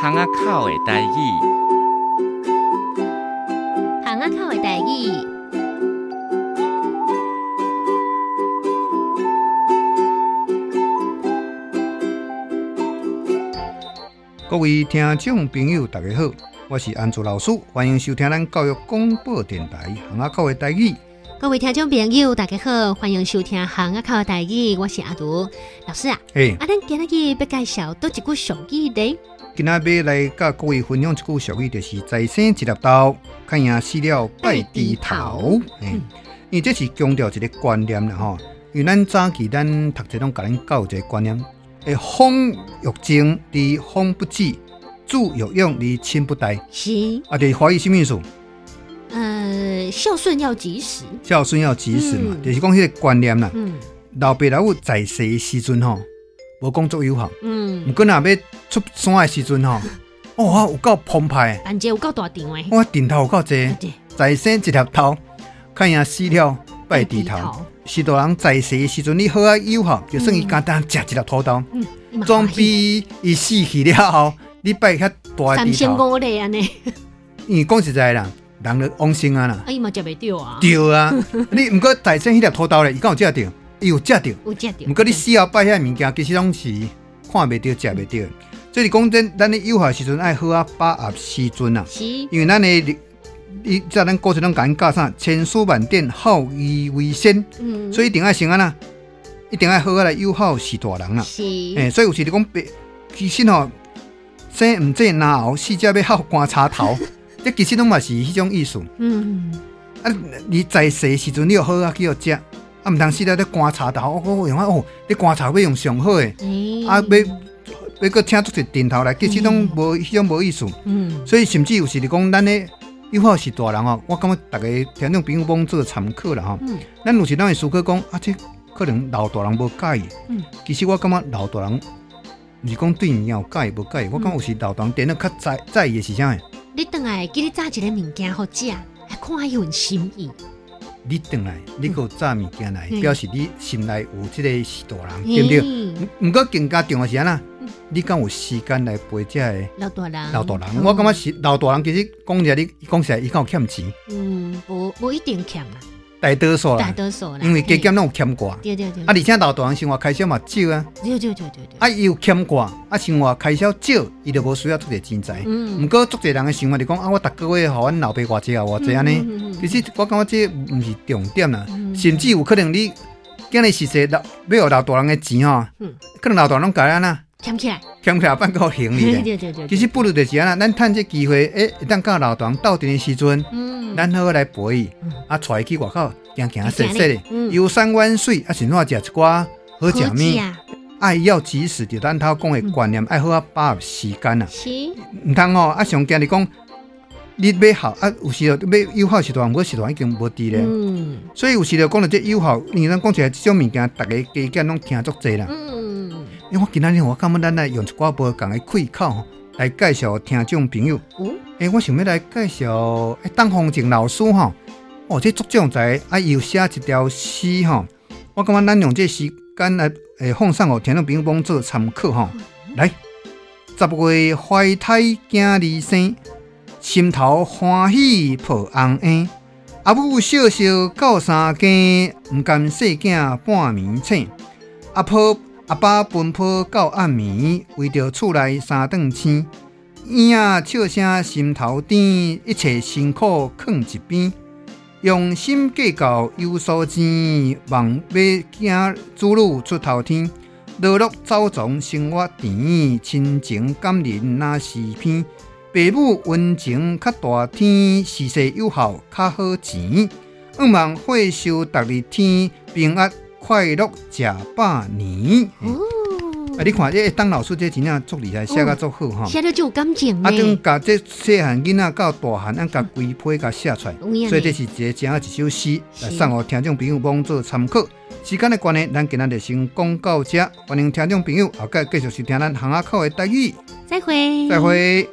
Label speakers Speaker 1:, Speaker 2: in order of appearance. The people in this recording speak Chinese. Speaker 1: 巷仔啊口的台语，
Speaker 2: 巷仔口的台语。
Speaker 3: 各位听众朋友，大家好，我是安祖老师，欢迎收听咱教育广播电台巷仔口的台语。
Speaker 2: 各位听众朋友，大家好，欢迎收听《行啊靠台语》，我是阿杜老师啊。
Speaker 3: 嘿，
Speaker 2: 啊，咱今日要介绍多一句俗语咧，
Speaker 3: 今仔日来甲各位分享一句俗语，就是“再生一粒豆，看赢死了拜低头”嘿。
Speaker 2: 嗯
Speaker 3: 因为这是强调一个观念啦吼，因为咱早期咱读册拢甲咱教一个观念，会风欲静而风不止，主欲用而亲不待。
Speaker 2: 是
Speaker 3: 啊，就是怀疑什么意思？
Speaker 2: 呃，孝顺要及时。
Speaker 3: 孝顺要及时嘛，
Speaker 2: 嗯
Speaker 3: 就是讲迄个观念啦。
Speaker 2: 嗯
Speaker 3: 老爸老母在世的时阵吼，无工作有效，毋
Speaker 2: 嗯，
Speaker 3: 过若要出山的时阵吼， 哦，有够澎湃，
Speaker 2: 板姐啊有够大场诶。
Speaker 3: 我顶头有够济，
Speaker 2: 对
Speaker 3: 再生一粒头，看赢死了拜
Speaker 2: 嗯
Speaker 3: 地头。，许多人在世的时阵，你好啊有效，就算伊简单食一粒土豆，
Speaker 2: 嗯，
Speaker 3: 总比伊死去了后，你拜较大的
Speaker 2: 三
Speaker 3: 地
Speaker 2: 千
Speaker 3: 头。
Speaker 2: 五嘞安尼，
Speaker 3: 因为讲实在啦，人就往生啊啦
Speaker 2: 啊，，伊嘛食袂着啊，
Speaker 3: 对 啊，你毋过再生迄粒土豆咧，伊敢有食着，伊有食着。
Speaker 2: 有食着。
Speaker 3: 毋过你死后拜遐物件，其实拢是看袂到、食袂到。所以讲真，咱咧幼孩时阵爱好啊把握时阵啊，
Speaker 2: 是
Speaker 3: 因为咱咧，你即咱古时拢甲咱教啥，千书万典，孝义为先，
Speaker 2: 嗯，
Speaker 3: 所以一定爱先安啦，一定爱好啊来友好是大人啦。诶、
Speaker 2: 是
Speaker 3: 所以有时你讲白，其实吼、生毋这难熬，死才要孝观察头，这其实拢嘛是迄种意思。
Speaker 2: 嗯，
Speaker 3: 啊，你在世的时阵，你要好啊去互食，啊，毋通死了咧观察头，哦，我用啊哦，你观察要用上好诶，
Speaker 2: 诶
Speaker 3: 啊，要要搁请出一个顶头来，其实拢无迄种无意思。
Speaker 2: 嗯
Speaker 3: 所以甚至有时你讲咱咧，有好是大人哦，我感觉逐个听众朋友帮做参考啦吼。
Speaker 2: 嗯
Speaker 3: 咱有时咱会思考讲，啊，这可能老大人无介意。
Speaker 2: 嗯
Speaker 3: 其实我感觉老大人，毋是讲对物件有介意无介意，我感觉有时老大人点咧较在在意的是啥诶？
Speaker 2: 你等来记你炸一个物件好食，还看伊有心意，
Speaker 3: 你转来，你给有炸物件来，
Speaker 2: 嗯
Speaker 3: 表示你心内有即个是大人，对不对？
Speaker 2: 嘿？
Speaker 3: 毋毋过更加重要是安那
Speaker 2: 嗯，
Speaker 3: 你敢有时间来陪遮个
Speaker 2: 老大人，
Speaker 3: 老大人？我感觉是老大人，其实讲起来，你讲起来，伊敢有欠钱，
Speaker 2: 嗯，无无一定欠啦，
Speaker 3: 大多数
Speaker 2: 大
Speaker 3: 啦，
Speaker 2: 多数啦，
Speaker 3: 啊因为加
Speaker 2: 嘿
Speaker 3: 减拢有欠挂，啊，
Speaker 2: 对对对，
Speaker 3: 而且老大人生活开销嘛少啊，
Speaker 2: 对对对对对，
Speaker 3: 啊，伊有欠挂，啊，生活开销少，伊就无需要出个钱财。毋
Speaker 2: 嗯，
Speaker 3: 过足侪人的想法就讲啊，我逐个月互阮老爸偌济啊，偌济安尼。
Speaker 2: 嗯，
Speaker 3: 其实我感觉这毋是重点啊啦，
Speaker 2: 嗯
Speaker 3: 甚至有可能你今日是说老要互老大人的钱吼
Speaker 2: 嗯，
Speaker 3: 可能老大人拢改安那
Speaker 2: 欠起来，
Speaker 3: 欠起来办个行李
Speaker 2: 对
Speaker 3: 咧。
Speaker 2: 对对对，
Speaker 3: 其实不如就是安那，咱趁这机会，诶，一旦到老大人斗阵的时阵，
Speaker 2: 嗯，
Speaker 3: 咱好好来陪伊
Speaker 2: 嗯，
Speaker 3: 啊，带伊去外口行行
Speaker 2: 去
Speaker 3: 踅
Speaker 2: 行
Speaker 3: 踅
Speaker 2: 咧
Speaker 3: 咧，
Speaker 2: 嗯
Speaker 3: 游山玩水，啊，甚至食一寡好食
Speaker 2: 好嗯
Speaker 3: 物，
Speaker 2: 啊，
Speaker 3: 爱要及时，就咱头讲的观念，爱好啊把握时间啊。
Speaker 2: 是，
Speaker 3: 毋通吼，啊上惊你讲，你要好啊，有时候要友好时段，无时段已经无伫咧。
Speaker 2: 嗯
Speaker 3: 所以有时候讲到这友好，你咱讲起来即种物件，逐个加减拢听足济啦。
Speaker 2: 嗯，
Speaker 3: 因为我今仔日我感觉咱来用一寡无共的开口吼来介绍听众朋友。
Speaker 2: 哦，
Speaker 3: 诶、我想要来介绍诶，邓风景老师吼，哦，这作将才啊，又写一条诗吼，我感觉咱用这时间来诶奉上互听众朋友帮做参考吼。来，十月怀胎囝儿生，心头欢喜抱红婴。阿母笑笑到三更，毋甘细囝半暝醒。阿婆阿爸奔波到暗暝，为着厝内三顿青。婴仔笑声心头甜，一切辛苦囥一边。用心计较有所钱，望要囝子女出头天。落落走藏生活甜，亲情感人那是片。爸母温情较大天，事事友好较好钱。愿望岁寿逐日天，平安快乐食百年。
Speaker 2: 哦
Speaker 3: 嗯啊，，你看这当老师这真正足厉害，写甲足好吼。
Speaker 2: 写得就有感情
Speaker 3: 啊，
Speaker 2: 呢，
Speaker 3: 等甲这细汉囡仔到大汉，咱甲规批甲写出来，
Speaker 2: 有影呢
Speaker 3: 所以这是一个正好一首诗，
Speaker 2: 是
Speaker 3: 来送互听众朋友帮做参考。时间的关系，咱今仔日先讲到这，欢迎听众朋友后盖继续收听咱巷仔口的台语，
Speaker 2: 再会，
Speaker 3: 再。会。